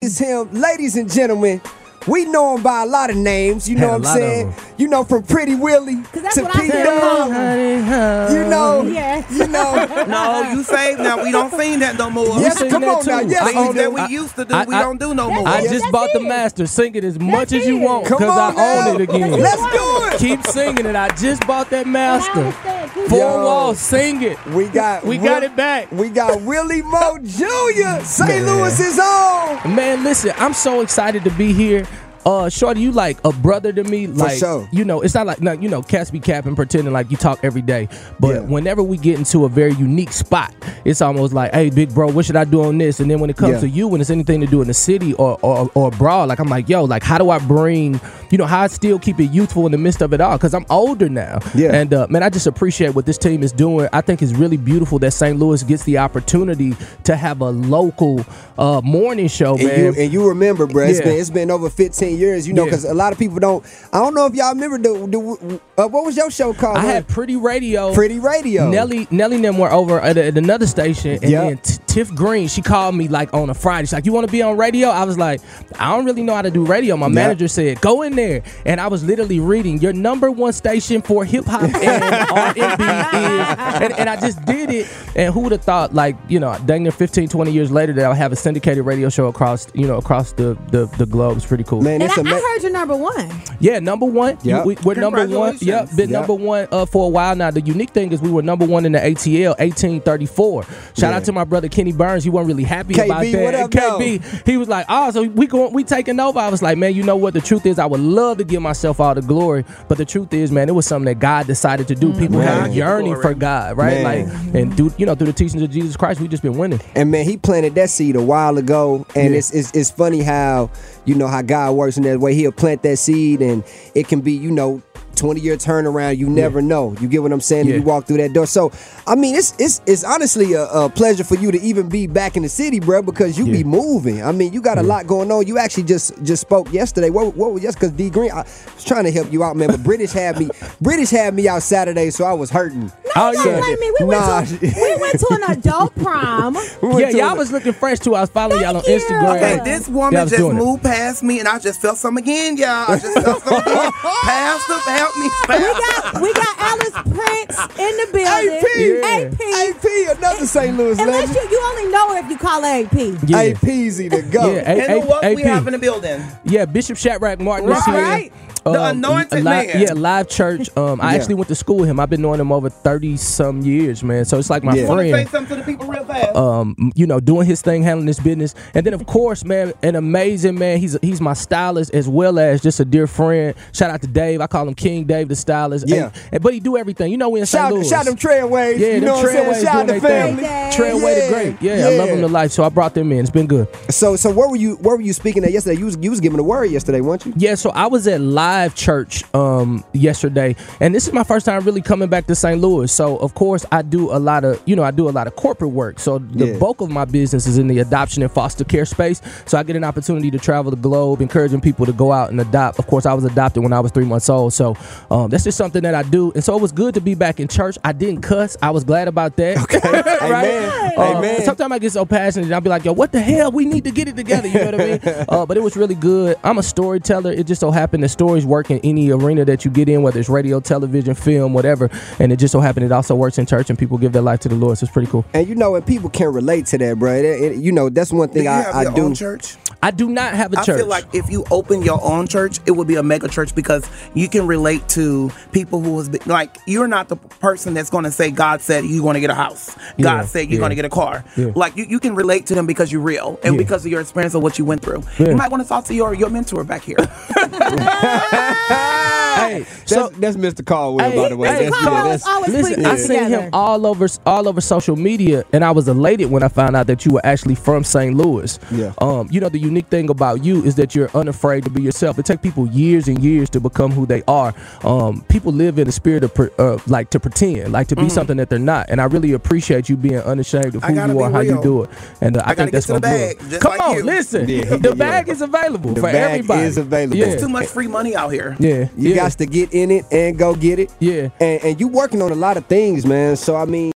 is him. Ladies and gentlemen, we know him by a lot of names. You Had know a what I'm lot of saying? them. You know, from Pretty Willie that's to what I Pete said, Dog. You know, Yes. you know. No, you say now we don't sing that no more. Yes, sing come that on now. too. Yes, I- Things on that the- we I- used to do, I- we I- don't do no more. I Yes, just that's bought the it. master. Sing it as much That's as you it. want Come because I on now. own it again. Let's do it. Keep singing it. I just bought that master. Four Yo. walls, sing it. We got We Will- got it back. We got Willie Moe Jr. St. Man. Louis is on. Man, listen, I'm so excited to be here. Uh, Shorty, you like a brother to me. Like, sure. you know, it's not like, no, you know, cats be capping, pretending like you talk every day. But Yeah. whenever we get into a very unique spot, it's almost like, hey, big bro, what should I do on this? And then when it comes Yeah. to you, when it's anything to do in the city or, or, or abroad, like, I'm like, yo, like, how do I bring, you know, how I still keep it youthful in the midst of it all? Because I'm older now. Yeah. And uh, man, I just appreciate what this team is doing. I think it's really beautiful that St. Louis gets the opportunity to have a local uh, morning show, And man. you, and you remember, bro, it's Yeah. been it's been over 15 years, you know, Yeah. because a lot of people don't. I don't know if y'all remember the, the uh, what was your show called? I had Pretty Radio. Pretty Radio. Nelly, Nelly and them were over at, at another station, and Yep. then T- Tiff Green, she called me like on a Friday. She's like, "You want to be on radio?" I was like, "I don't really know how to do radio." My manager said, "Go in there," and I was literally reading your number one station for hip hop and R&B is, and, and I just did it. And who would have thought, like you know, dang near 15, 20 years later, that I'll have a syndicated radio show across you know across the the, the globe. It's pretty cool. Man, And it's I, ama- I heard you're number one. Yeah, number one. You- Yep. We, we're number one. Congratulations. Yep, been Yep. number one uh, for a while now. The unique thing is we were number one in the ATL 1834. Shout Yeah. out to my brother Kenny Burns. He wasn't really happy KB, about that. what up, KB, he was like, "Oh, so we going, we taking over." I was like, "Man, you know what? The truth is, I would love to give myself all the glory, but the truth is, man, it was something that God decided to do. People Man. have a God yearning glory. for God, right? Man. Like, and through you know through the teachings of Jesus Christ, we just been winning. And man, he planted that seed a while ago, and Yeah. it's, it's it's funny how you know how God works in that way. He'll plant that seed, and it can be you know twenty year turnaround. You never know. You get what I'm saying? Yeah. You walk through that door. So I mean, it's it's it's honestly a, a pleasure for you to even be back in the city, bro, because you be Yeah. moving. I mean, you got a lot going on. You actually just just spoke yesterday. What what was yes? Because D Green, I was trying to help you out, man, but British had me British had me out Saturday, so I was hurting. Oh, don't yeah. blame me. We, went to, Nah. we went to an adult prom. We went yeah, to y'all a- was looking fresh too. I was following y'all on Thank you. Instagram. Okay, Yeah. this Y'all woman was just doing it. moved past me, and I just felt some again, y'all. I just felt some again. Pastor, help me. we got we got Alice Prince in the building. AP. AP. AP, another St. Louis Unless legend. you, you only know her if you call her AP. Yeah. APZ to go. Yeah, A- And A- who else we AP. have in the building? Yeah, Bishop Shadrach Martin is here. Um, Right. The anointed li- man. Yeah, live church. Um, I Yeah. actually went to school with him. I've been knowing him over thirty some years, man. So it's like my Yeah. Want to say friend. something to the people real fast? Um, you know, doing his thing, handling his business, and then of course, man, an amazing man. He's he's my stylist as well as just a dear friend. Shout out to Dave. I call him King Dave, the stylist. Yeah. And- and- but he do everything. You know, we in St. Shout, Louis. shout them trailways. yeah, you them know what I'm saying? trailways Shout the doing their thing. family. Hey, Trailway Yeah, to great. Yeah, I love yeah. him to life. So I brought them in. It's been good. So, so where were you? Where were you speaking at yesterday? You was you was giving a word yesterday, weren't you? Yeah, so I was at Live Church um yesterday, and this is my first time really coming back to St. Louis. So of course I do a lot of you know I do a lot of corporate work. So the Yeah. bulk of my business is in the adoption and foster care space. So I get an opportunity to travel the globe, encouraging people to go out and adopt. Of course, I was adopted when I was three months old, so um, that's just something that I do. And so it was good to be back in church. I didn't cuss. I was glad about that. Okay. Amen. Uh, Amen. Sometimes I get so passionate, and I'll be like, "Yo, what the hell? We need to get it together." You know what I mean? Uh, but it was really good. I'm a storyteller. It just so happened that stories work in any arena that you get in, whether it's radio, television, film, whatever. And it just so happened it also works in church, and people give their life to the Lord. So it's pretty cool. and you know, and people can relate to that, bro. It- it- you know, that's one do thing you have I, I your do. own church? I do not have a I church. feel like if you open your own church, it would be a mega church because you can relate to people who has been like you're not the person that's going to say God said you're going to get a house, God Yeah, said you're yeah. going to get a car. Yeah. Like you, you can relate to them because you're real and Yeah. because of your experience of what you went through. Yeah. You might want to talk to your your mentor back here. Ah! hey, so that's Mr. Caldwell, Hey, hey, That's- Carl yeah, is that's- always Listen, putting I it seen together. him all over all over social media, and I was elated when I found out that you were actually from St. Louis. Yeah. Um, you know the unique thing about you is that you're unafraid to be yourself. It takes people years and years to become who they are. Um, people live in a spirit of pre- uh, like to pretend, like to be something that they're not, and I really appreciate you being unashamed of Mm-hmm. I who gotta you are, be how you real. do it, and uh, I, I gotta think that's get to the gonna do it. bag, just Come like on, you. listen, Yeah, the yeah. bag is available The for bag everybody. is available. Yeah. There's too much free money out here. Yeah, You yeah. got to get in it and go get it. Yeah. And, and you working on a lot of things, man. So I mean.